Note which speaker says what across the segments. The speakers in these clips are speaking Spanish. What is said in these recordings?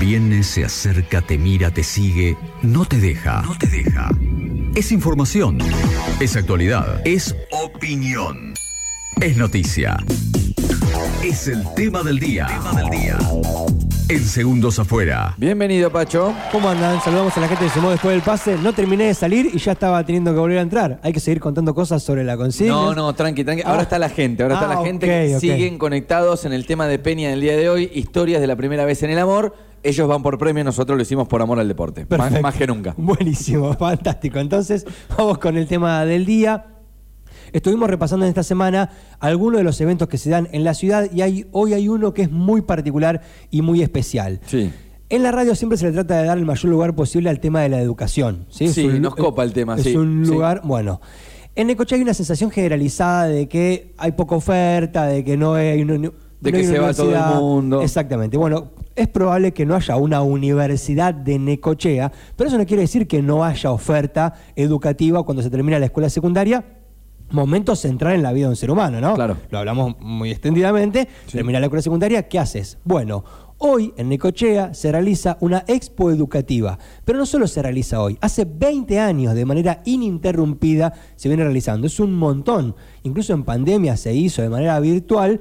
Speaker 1: Viene, se acerca, te mira, te sigue, no te deja. No te deja. Es información. Es actualidad. Es opinión. Es noticia. Es el tema del día. En segundos afuera.
Speaker 2: Bienvenido, Pacho.
Speaker 3: ¿Cómo andan? Saludamos a la gente que se sumó después del pase. No terminé de salir y ya estaba teniendo que volver a entrar. Hay que seguir contando cosas sobre la consigna.
Speaker 2: No, no, tranqui, tranqui. Ahora
Speaker 3: Ah.
Speaker 2: está la gente, ahora está
Speaker 3: Ah,
Speaker 2: la gente.
Speaker 3: ok, ok.
Speaker 2: Siguen conectados en el tema de Peña del día de hoy, historias de la primera vez en el amor. Ellos van por premio, nosotros lo hicimos por amor al deporte. Más-
Speaker 3: Perfecto.
Speaker 2: Más que nunca.
Speaker 3: Buenísimo, fantástico. Entonces, vamos con el tema del día. Estuvimos repasando en esta semana algunos de los eventos que se dan en la ciudad y hay, hoy hay uno que es muy particular y muy especial.
Speaker 2: Sí.
Speaker 3: En la radio siempre se le trata de dar el mayor lugar posible al tema de la educación. Sí, Es
Speaker 2: Sí, nos copa el tema,
Speaker 3: Es
Speaker 2: sí,
Speaker 3: un
Speaker 2: sí.
Speaker 3: lugar, bueno. En Necochea hay una sensación generalizada de que hay poca oferta, de que no hay una, uni-
Speaker 2: De
Speaker 3: no
Speaker 2: que
Speaker 3: hay una
Speaker 2: se va todo el
Speaker 3: universidad.
Speaker 2: mundo.
Speaker 3: Exactamente. Bueno, es probable que no haya una universidad de Necochea, pero eso no quiere decir que no haya oferta educativa cuando se termina la escuela secundaria. Momento central en la vida de un ser humano, ¿no?
Speaker 2: Claro.
Speaker 3: Lo hablamos muy extendidamente. Termina la escuela secundaria, ¿qué haces? Bueno, hoy en Necochea se realiza una expo educativa, pero no solo se realiza hoy, hace 20 años de manera ininterrumpida se viene realizando, es un montón, incluso en pandemia se hizo de manera virtual.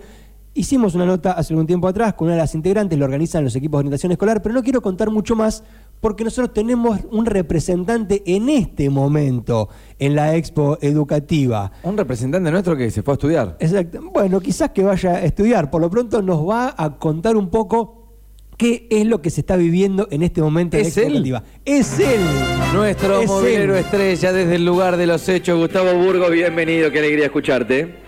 Speaker 3: Hicimos una nota hace algún tiempo atrás con una de las integrantes, lo organizan los equipos de orientación escolar, pero no quiero contar mucho más porque nosotros tenemos un representante en este momento en la expo educativa.
Speaker 2: Un representante nuestro que se fue a estudiar.
Speaker 3: Exacto. Bueno, quizás que vaya a estudiar. Por lo pronto nos va a contar un poco qué es lo que se está viviendo en este momento en
Speaker 2: ¿Es
Speaker 3: Expo
Speaker 2: él?
Speaker 3: Educativa. Es él.
Speaker 2: Nuestro
Speaker 3: Es
Speaker 2: movilero
Speaker 3: él.
Speaker 2: estrella desde el lugar de los hechos, Gustavo Burgos, bienvenido, qué alegría escucharte.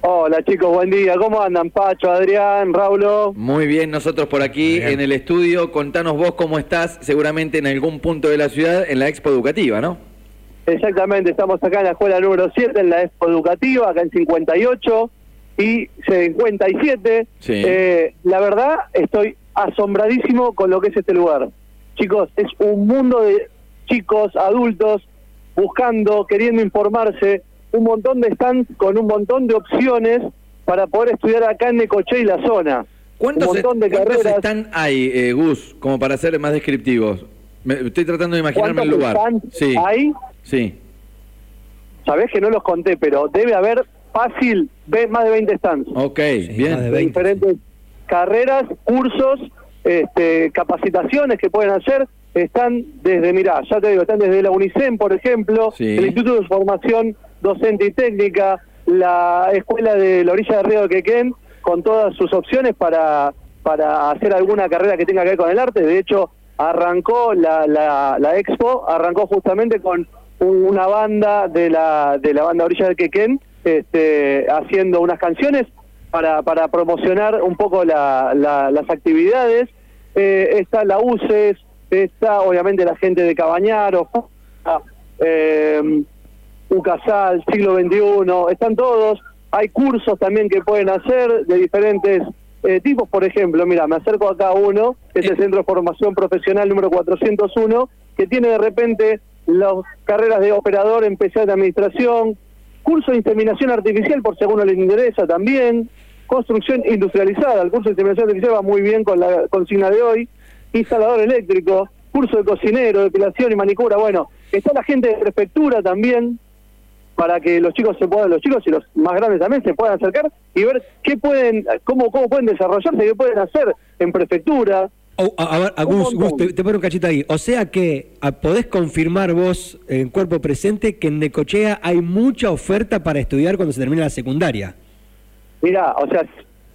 Speaker 4: Hola chicos, buen día. ¿Cómo andan Pacho, Adrián, Raulo?
Speaker 2: Muy bien, nosotros por aquí en el estudio, contanos vos cómo estás, seguramente en algún punto de la ciudad, en la expo educativa, ¿no?
Speaker 4: Exactamente, estamos acá en la escuela número 7, en la Expo Educativa, acá en 58 y 57.
Speaker 2: Sí.
Speaker 4: Eh, la verdad, estoy asombradísimo con lo que es este lugar. Chicos, es un mundo de chicos, adultos, buscando, queriendo informarse, un montón de stands con un montón de opciones para poder estudiar acá en Necoche y la zona.
Speaker 2: ¿Cuántos,
Speaker 4: un montón de
Speaker 2: cuántos
Speaker 4: carreras.
Speaker 2: están ahí, eh, Gus, como para ser más descriptivos? Me- estoy tratando de imaginarme el
Speaker 4: ¿Cuántos
Speaker 2: lugar.
Speaker 4: están
Speaker 2: sí,
Speaker 4: ahí?
Speaker 2: sí.
Speaker 4: Sabés que no los conté, pero debe haber fácil ve- más de 20 stands.
Speaker 2: Ok,
Speaker 3: más de
Speaker 2: bien.
Speaker 4: de
Speaker 3: 20,
Speaker 4: diferentes carreras, cursos, este, capacitaciones que pueden hacer. Están desde, mirá, ya te digo, están desde la UNICEN, por ejemplo,
Speaker 2: Sí.
Speaker 4: el Instituto de Formación Docente y Técnica, la Escuela de la Orilla del Río de Quequén, con todas sus opciones para, para hacer alguna carrera que tenga que ver con el arte. De hecho, arrancó la, la, la expo, arrancó justamente con un- una banda de la, de la banda Orilla del Quequén, este, haciendo unas canciones para, para promocionar un poco la- la- las actividades. Eh, está la UCES, está obviamente la gente de Cabañaro, eh, UCASAL, siglo XXI, están todos. Hay cursos también que pueden hacer de diferentes eh, tipos, por ejemplo, mira, me acerco acá a uno, que es el Centro de Formación Profesional número 401, que tiene de repente las carreras de operador en PCA de administración, curso de inseminación artificial, por si a uno les interesa también, construcción industrializada, el curso de inseminación artificial va muy bien con la consigna de hoy, instalador eléctrico, curso de cocinero, depilación y manicura, bueno, está la gente de prefectura también, para que los chicos se puedan, los chicos y los más grandes también se puedan acercar y ver qué pueden, cómo, cómo pueden desarrollarse, qué pueden hacer en prefectura.
Speaker 3: Oh, a, a ver, a
Speaker 4: Un
Speaker 3: Gus,
Speaker 4: montón.
Speaker 3: Gus, te, te pongo un cachito ahí. O sea que a- podés confirmar vos en cuerpo presente que en Necochea hay mucha oferta para estudiar cuando se termina la secundaria.
Speaker 4: Mirá, o sea,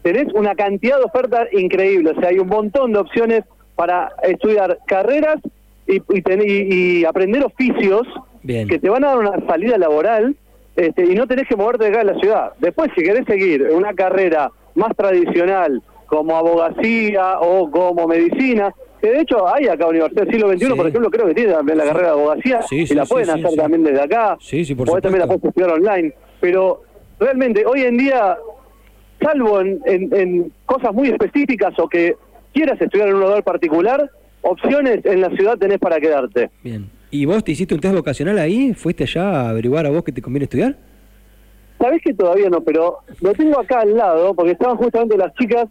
Speaker 4: tenés una cantidad de ofertas increíble, o sea, hay un montón de opciones para estudiar carreras y, y, ten- y- y aprender oficios
Speaker 3: Bien.
Speaker 4: que te van a dar una salida laboral este, y no tenés que moverte de acá de la ciudad. Después, si querés seguir una carrera más tradicional como abogacía o como medicina, que de hecho hay acá Universidad del Siglo XXI,
Speaker 3: Sí.
Speaker 4: por ejemplo, creo que tiene también la carrera de abogacía
Speaker 3: Sí,
Speaker 4: y
Speaker 3: sí,
Speaker 4: la
Speaker 3: sí,
Speaker 4: pueden
Speaker 3: sí,
Speaker 4: hacer
Speaker 3: sí.
Speaker 4: también desde acá.
Speaker 3: Sí, sí, por
Speaker 4: Podés también la
Speaker 3: supuesto.
Speaker 4: puedes estudiar online. Pero realmente hoy en día, salvo en, en- en cosas muy específicas o que quieras estudiar en un lugar particular, opciones en la ciudad tenés para quedarte.
Speaker 3: Bien. ¿Y vos te hiciste un test vocacional ahí? ¿Fuiste allá a averiguar a vos que te conviene estudiar?
Speaker 4: Sabés que todavía no, pero lo tengo acá al lado, porque estaban justamente las chicas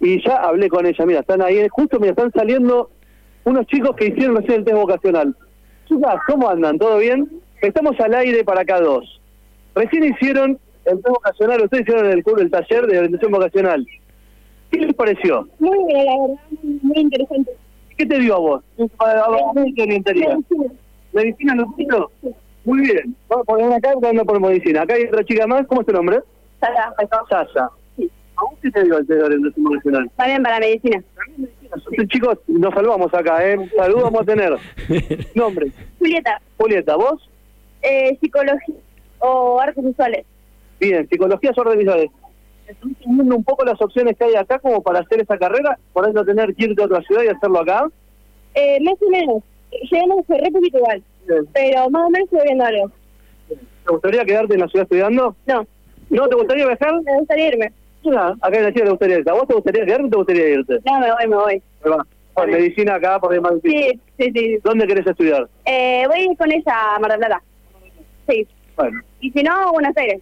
Speaker 4: y ya hablé con ella. Mira, están ahí, justo me están saliendo unos chicos que hicieron recién el test vocacional. Chicas, ¿cómo andan? ¿Todo bien? Estamos al aire para acá dos. Recién hicieron el test vocacional, ustedes hicieron el, curso, el taller de orientación vocacional. ¿Qué les pareció?
Speaker 5: Muy bien, la verdad, muy interesante.
Speaker 4: ¿Qué te dio a vos? Para abastecerte en interior. ¿Medicina, Lupito? Muy bien. Vamos a poner acá, ando por medicina. Acá hay otra chica más. ¿Cómo es tu nombre?
Speaker 5: Sara,
Speaker 4: Sasa. ¿A vos qué te dio el test de orientación vocacional?
Speaker 5: Está bien para medicina.
Speaker 4: Entonces, chicos, nos salvamos acá, ¿eh? Saludos vamos a tener. Nombre.
Speaker 5: Julieta,
Speaker 4: Julieta, ¿vos?
Speaker 5: eh, psicología o artes visuales.
Speaker 4: Bien, psicología sordos y visuales. ¿Estuviste viendo un poco las opciones que hay acá como para hacer esa carrera? ¿Por ahí no tener que irte a otra ciudad y hacerlo acá?
Speaker 5: Eh, más o menos. Llegamos a re poquito igual,
Speaker 4: Bien.
Speaker 5: pero más o menos estoy viendo algo.
Speaker 4: ¿Te gustaría quedarte en la ciudad estudiando?
Speaker 5: No,
Speaker 4: ¿No te gustaría viajar?
Speaker 5: me gustaría irme.
Speaker 4: Mira, acá en la ciudad te gustaría irte. ¿A vos te gustaría quedarte o te gustaría irte?
Speaker 5: No, me voy, me voy.
Speaker 4: Ahí va. Bueno, medicina acá por ahí es más difícil.
Speaker 5: Sí, sí, sí.
Speaker 4: ¿Dónde querés estudiar?
Speaker 5: Eh, voy a ir con ella a Mar del Plata. Sí.
Speaker 4: Bueno,
Speaker 5: Y si no, Buenos Aires.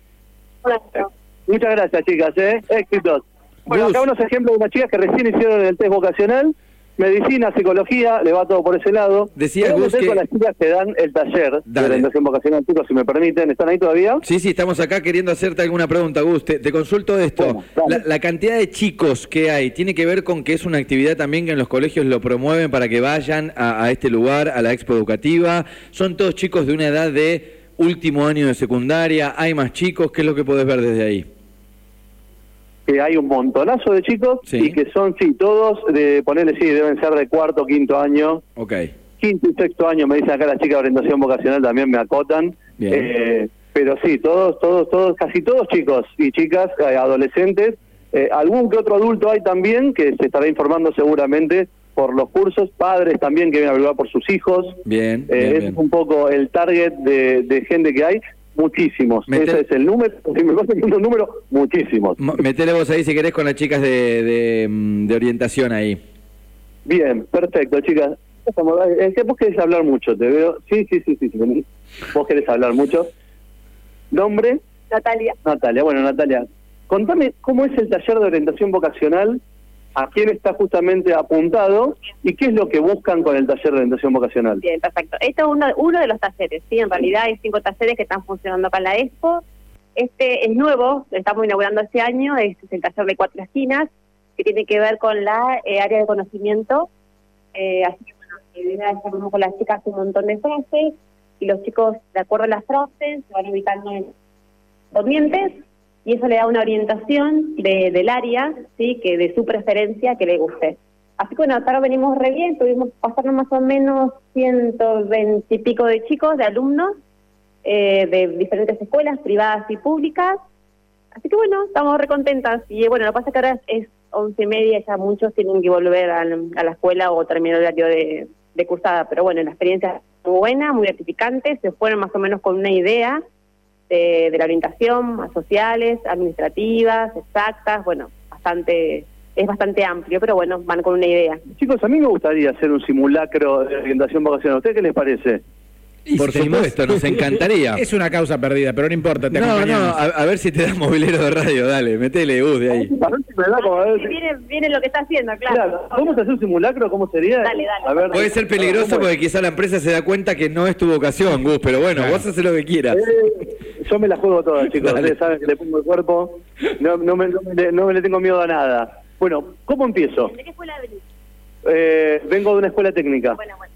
Speaker 5: Buenos Aires.
Speaker 4: muchas gracias chicas, ¿eh? Éxitos. Bueno,
Speaker 2: Gus.
Speaker 4: acá unos ejemplos de unas chicas que recién hicieron el test vocacional. Medicina, psicología, le va todo por ese lado.
Speaker 2: Decía
Speaker 4: Voy
Speaker 2: Gus
Speaker 4: a meter
Speaker 2: que-
Speaker 4: con las chicas que dan el taller
Speaker 2: Dale.
Speaker 4: de orientación vocacional, chicos, si me permiten. ¿Están ahí todavía?
Speaker 2: Sí, sí, estamos acá queriendo hacerte alguna pregunta, Gus. Te, te consulto esto.
Speaker 4: Bueno, dale.
Speaker 2: la, la cantidad de chicos que hay, ¿tiene que ver con que es una actividad también que en los colegios lo promueven para que vayan a, a este lugar, a la expo educativa? ¿Son todos chicos de una edad de último año de secundaria? ¿Hay más chicos? ¿Qué es lo que podés ver desde ahí?
Speaker 4: que hay un montonazo de chicos
Speaker 2: Sí.
Speaker 4: y que son, sí, todos de, ponerle, sí, deben ser de cuarto, quinto año,
Speaker 2: Ok.
Speaker 4: quinto y sexto año, me dicen acá las chicas de orientación vocacional también me acotan.
Speaker 2: Bien.
Speaker 4: Eh, pero sí, todos, todos, todos, casi todos chicos y chicas, eh, adolescentes, eh, algún que otro adulto hay también que se estará informando seguramente por los cursos, padres también que vienen a hablar por sus hijos.
Speaker 2: Bien,
Speaker 4: Eh,
Speaker 2: bien,
Speaker 4: ese
Speaker 2: bien.
Speaker 4: es un poco el target de, de gente que hay, muchísimos.
Speaker 2: Meter-
Speaker 4: Ese es el número, si me vas diciendo un número, muchísimos.
Speaker 2: M- Metele vos ahí si querés con las chicas de, de, mm, de orientación ahí.
Speaker 4: Bien, perfecto, chicas. Estamos- eh, eh, vos querés hablar mucho, te veo. Sí, sí, sí, sí. sí, vení. Vos querés hablar mucho. Nombre,
Speaker 5: Natalia.
Speaker 4: Natalia. Bueno, Natalia, contame cómo es el taller de orientación vocacional, a quién está justamente apuntado y qué es lo que buscan con el taller de orientación vocacional.
Speaker 5: Bien, perfecto. Esto es uno, uno de los talleres, ¿sí? En realidad hay cinco talleres que están funcionando acá en la Expo. Este es nuevo, lo estamos inaugurando este año, este es el taller de cuatro esquinas, que tiene que ver con la eh, área de conocimiento. Eh, así que, bueno, eh, viene a desarrollar con las chicas un montón de frases, y los chicos, de acuerdo a las frases, se van ubicando en corrientes, y eso le da una orientación de- del área, ¿sí? Que de su preferencia que le guste. Así que bueno, hasta ahora venimos re bien, tuvimos, pasaron más o menos 120 y pico de chicos, de alumnos, eh, de diferentes escuelas, privadas y públicas. Así que bueno, estamos re contentas. Y eh, bueno, lo que pasa es que ahora es once y media, ya muchos tienen que volver al- a, la escuela o terminar el horario de, de cursada. Pero bueno, la experiencia es muy buena, muy gratificante. Se fueron más o menos con una idea este, de, de la orientación a sociales, administrativas, exactas. Bueno, bastante es bastante amplio, pero bueno, van con una idea.
Speaker 4: Chicos, a mí me gustaría hacer un simulacro de orientación vocacional. ¿A ustedes qué les parece?
Speaker 6: Y
Speaker 2: Por
Speaker 6: si te
Speaker 2: supuesto,
Speaker 6: animás.
Speaker 2: nos encantaría.
Speaker 6: Es una causa perdida, pero no importa, te
Speaker 2: No, no,
Speaker 6: acompañamos.
Speaker 2: a, a ver si te das movilero de radio, dale, metele, Gus, de ahí.
Speaker 4: A ver si me da como a ver si-
Speaker 5: Viene, viene lo que está haciendo,
Speaker 4: Claro, ¿Vamos a hacer un simulacro? ¿Cómo sería?
Speaker 5: Dale, dale.
Speaker 4: A ver,
Speaker 2: Puede ser
Speaker 4: ¿cómo
Speaker 2: peligroso
Speaker 4: es?
Speaker 2: porque quizá la empresa se da cuenta que no es tu vocación, Gus, pero bueno,
Speaker 6: Claro.
Speaker 2: vos haces lo que quieras.
Speaker 4: Eh, yo me la juego toda, chicos.
Speaker 2: Dale.
Speaker 4: Ustedes saben que le pongo el cuerpo. No, no, me, no, me, le- no me le tengo miedo a nada. Bueno, ¿cómo empiezo?
Speaker 5: ¿De qué escuela venís?
Speaker 4: Eh, vengo de una escuela técnica.
Speaker 5: Bueno, bueno.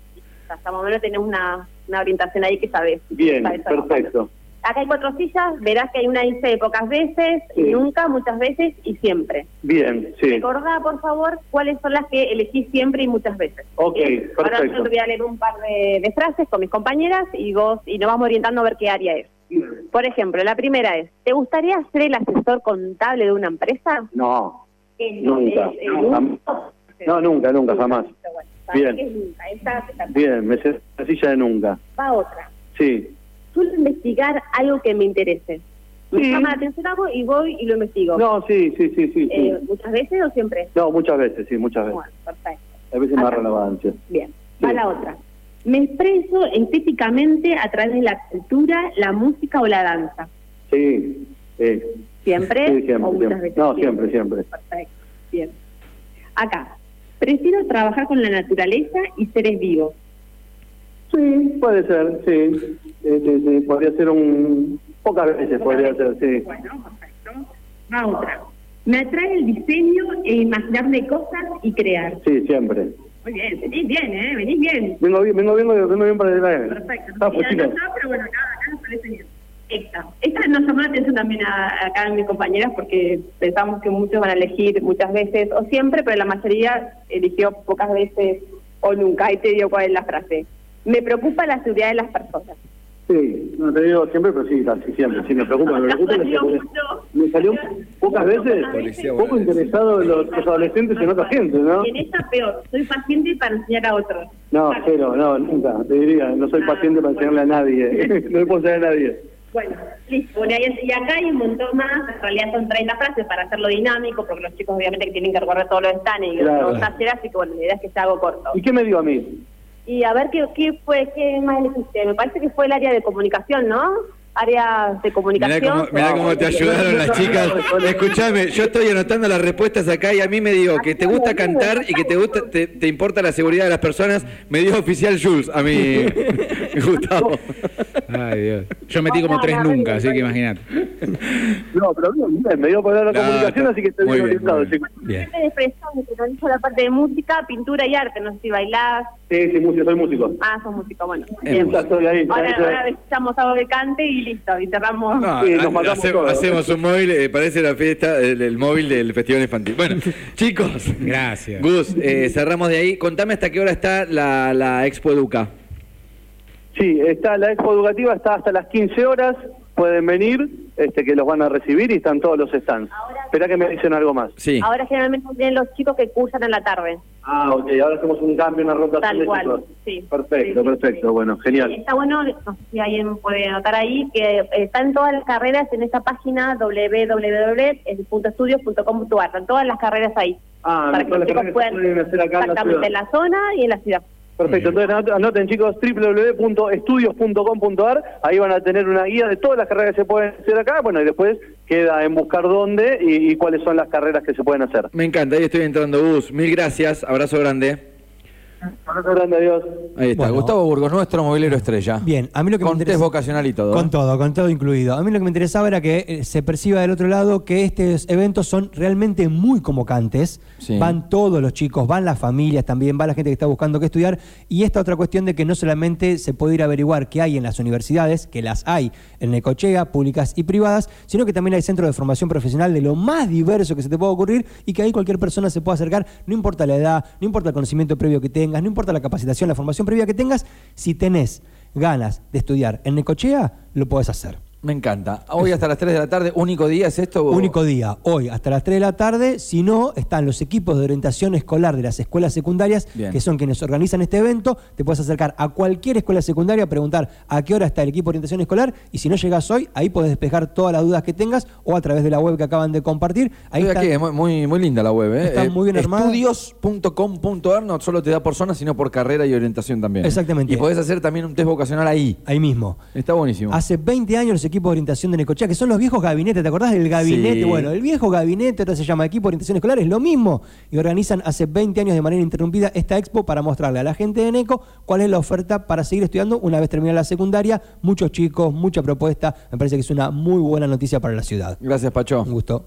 Speaker 5: Hasta más o menos tenés una, una orientación ahí que sabés.
Speaker 4: Bien,
Speaker 5: Sabés trabajar.
Speaker 4: perfecto.
Speaker 5: Acá hay cuatro sillas, verás que hay una dice de pocas veces,
Speaker 4: Sí.
Speaker 5: nunca, muchas veces y siempre.
Speaker 4: Bien, sí.
Speaker 5: Recordá, por favor, cuáles son las que elegís siempre y muchas veces.
Speaker 4: Ok,
Speaker 5: Bien. Ahora
Speaker 4: perfecto.
Speaker 5: yo te voy a leer un par de, de frases con mis compañeras y vos y nos vamos orientando a ver qué área es. Por ejemplo, la primera es, ¿te gustaría ser el asesor contable de una empresa?
Speaker 4: No,
Speaker 5: El-
Speaker 4: Nunca.
Speaker 5: el- el-
Speaker 4: Nunca. no, nunca, nunca, jamás.
Speaker 5: Bueno, sabés
Speaker 4: Bien.
Speaker 5: que es nunca, esa- esa-
Speaker 4: Bien, me sé la silla de nunca.
Speaker 5: Va otra.
Speaker 4: Sí.
Speaker 5: Suelo investigar algo que me interese. Me
Speaker 4: Sí.
Speaker 5: llama la atención algo y voy y lo investigo.
Speaker 4: No, sí, sí, sí, sí. sí.
Speaker 5: Eh, ¿Muchas veces o siempre?
Speaker 4: No, muchas veces, sí, muchas veces.
Speaker 5: Bueno, perfecto.
Speaker 4: A veces me
Speaker 5: acá.
Speaker 4: agarra la avance.
Speaker 5: Bien.
Speaker 4: Sí.
Speaker 5: Va la otra. Me expreso estéticamente a través de la cultura, la música o la danza.
Speaker 4: Sí. eh,
Speaker 5: ¿Siempre?
Speaker 4: sí, eh,
Speaker 5: ¿O
Speaker 4: siempre,
Speaker 5: muchas
Speaker 4: siempre.
Speaker 5: veces?
Speaker 4: No, siempre, siempre.
Speaker 5: Perfecto. Bien. Acá, prefiero trabajar con la naturaleza y seres vivos.
Speaker 4: Sí, puede ser, sí. Eh, sí, sí, Podría ser un... Pocas veces podría ser, sí.
Speaker 5: Bueno, perfecto. Va otra. Me atrae el diseño e imaginarme cosas y crear.
Speaker 4: Sí, siempre.
Speaker 5: Muy bien, venís bien, ¿eh? Venís bien.
Speaker 4: Vengo bien, vengo bien, vengo bien para el aire. eh.
Speaker 5: Perfecto.
Speaker 4: Está
Speaker 5: Ya no
Speaker 4: fuchito.
Speaker 5: está, pero bueno, acá, acá nos parece bien. Esta. Esta nos llamó la atención también a, acá a mis compañeras porque pensamos que muchos van a elegir muchas veces o siempre, pero la mayoría eligió pocas veces o nunca. Ahí te digo cuál es la frase. Me preocupa la seguridad de las personas.
Speaker 4: Sí, no te digo siempre, pero sí, casi siempre. Sí, me preocupa, me preocupa. la seguridad. Me salió pocas veces
Speaker 5: Policía,
Speaker 4: poco interesado en los, los adolescentes en otra gente, ¿no?
Speaker 5: Y en este? esta peor, soy paciente para enseñar a otros.
Speaker 4: No,
Speaker 5: Acá.
Speaker 4: cero, no, nunca. Te diría, no
Speaker 5: Ah,
Speaker 4: soy paciente para enseñarle a nadie. No le puedo enseñar a nadie.
Speaker 5: Bueno, listo. Bueno, y, y acá hay un montón más, en realidad son 30 frases para hacerlo dinámico, porque los chicos obviamente que tienen que recorrer todos los stands y
Speaker 4: Claro.
Speaker 5: los talleres, así que bueno, la idea es que se hago corto.
Speaker 4: ¿Y qué me dio a mí?
Speaker 5: Y a ver qué, qué fue, qué más elegiste. Me parece que fue el área de comunicación, ¿no? Área de comunicación.
Speaker 2: Mirá cómo, mirá cómo te ayudaron las chicas. Escuchame, yo estoy anotando las respuestas acá y a mí me digo que te gusta cantar y que te gusta te, te importa la seguridad de las personas. Me dio oficial Jules a mí, Gustavo.
Speaker 6: Ay, Dios. Yo metí como tres nunca, así que imagínate.
Speaker 4: No, pero bien, bien, me dio por dar la
Speaker 2: Claro,
Speaker 4: comunicación, así que estoy
Speaker 2: muy
Speaker 4: bien
Speaker 2: bien,
Speaker 4: orientado.
Speaker 2: muy bien.
Speaker 4: chicos.
Speaker 6: Bien.
Speaker 5: de expresión, que nos dijo la parte de música, pintura y arte, no sé si bailás,
Speaker 4: Sí, sí, músico, soy músico.
Speaker 5: ah, sos músico, bueno.
Speaker 2: Es
Speaker 4: Ya estoy ahí. ya
Speaker 5: Ahora,
Speaker 4: estoy ahí.
Speaker 5: ahora besamos algo que cante y listo, y cerramos.
Speaker 2: No,
Speaker 4: Sí, nos
Speaker 2: ha-
Speaker 4: matamos
Speaker 2: hace-
Speaker 4: todos.
Speaker 2: hacemos un móvil, eh, parece la fiesta, el, el móvil del Festival Infantil. Bueno, chicos.
Speaker 6: Gracias.
Speaker 2: Gus, eh, cerramos de ahí. Contame hasta qué hora está la, la Expo Educa.
Speaker 4: Sí, está la expo educativa está hasta las 15 horas. Pueden venir, este, que los van a recibir y están todos los stands. Espera que me dicen algo más.
Speaker 2: Sí.
Speaker 5: Ahora generalmente tienen los chicos que cursan en la tarde.
Speaker 4: Ah, ok, ahora hacemos un cambio, una rotación
Speaker 5: Tal
Speaker 4: de
Speaker 5: cual,
Speaker 4: chicos.
Speaker 5: sí.
Speaker 4: Perfecto,
Speaker 5: Sí, sí,
Speaker 4: perfecto,
Speaker 5: sí.
Speaker 4: bueno, genial.
Speaker 5: Está bueno, no sé si alguien puede anotar ahí, que están todas las carreras en esta página www.estudios.com.ar. Están todas las carreras ahí.
Speaker 4: Ah,
Speaker 5: para que
Speaker 4: todas las
Speaker 5: los chicos
Speaker 4: carreras
Speaker 5: puedan.
Speaker 4: se pueden hacer acá en la
Speaker 5: exactamente,
Speaker 4: ciudad.
Speaker 5: en la zona y en la ciudad.
Speaker 4: Perfecto, entonces anot- anoten chicos www.estudios.com.ar, ahí van a tener una guía de todas las carreras que se pueden hacer acá, bueno, y después queda en buscar dónde y, y cuáles son las carreras que se pueden hacer.
Speaker 2: Me encanta, ahí estoy entrando, Gus. Mil gracias, abrazo grande.
Speaker 4: Un grande adiós.
Speaker 2: Ahí está,
Speaker 3: Bueno.
Speaker 2: Gustavo Burgos, nuestro movilero estrella.
Speaker 3: Bien, a mí lo que me
Speaker 2: Con
Speaker 3: interesa-
Speaker 2: test vocacional y todo.
Speaker 3: Con
Speaker 2: ¿eh?
Speaker 3: todo, con todo incluido. A mí lo que me interesaba era que eh, se perciba del otro lado que estos eventos son realmente muy convocantes.
Speaker 2: Sí.
Speaker 3: Van todos los chicos, van las familias también, va la gente que está buscando qué estudiar. Y esta otra cuestión de que no solamente se puede ir a averiguar qué hay en las universidades, que las hay en Necochea, públicas y privadas, sino que también hay centros de formación profesional de lo más diverso que se te pueda ocurrir y que ahí cualquier persona se puede acercar, no importa la edad, no importa el conocimiento previo que tengas, no importa la capacitación, la formación previa que tengas, si tenés ganas de estudiar en Necochea, lo podés hacer.
Speaker 7: Me encanta. Hoy hasta las 3 de la tarde, único día es esto.
Speaker 3: Único día, hoy hasta las 3 de la tarde, si no, están los equipos de orientación escolar de las escuelas secundarias,
Speaker 7: Bien.
Speaker 3: que son quienes organizan este evento. Te puedes acercar a cualquier escuela secundaria, preguntar a qué hora está el equipo de orientación escolar, y si no llegas hoy, ahí podés despejar todas las dudas que tengas o a través de la web que acaban de compartir. Ahí
Speaker 7: Ahí
Speaker 3: está.
Speaker 7: aquí, es muy, muy, muy linda la web. ¿eh?
Speaker 3: Está
Speaker 7: Eh,
Speaker 3: muy bien armada.
Speaker 7: Estudios.com.ar no solo te da por zona, sino por carrera y orientación también. ¿eh?
Speaker 3: Exactamente.
Speaker 7: Y podés hacer también un test vocacional ahí.
Speaker 3: Ahí mismo.
Speaker 7: Está buenísimo.
Speaker 3: Hace 20 años los equipos de orientación de Necochea, que son los viejos gabinetes, ¿te acordás del gabinete?
Speaker 7: Sí.
Speaker 3: Bueno, el viejo gabinete, ahora se llama equipo de orientación escolar, es lo mismo. Y organizan hace 20 años de manera interrumpida esta expo para mostrarle a la gente de Neco cuál es la oferta para seguir estudiando una vez terminada la secundaria. Muchos chicos, mucha propuesta. Me parece que es una muy buena noticia para la ciudad.
Speaker 7: Gracias, Pacho.
Speaker 3: Un gusto.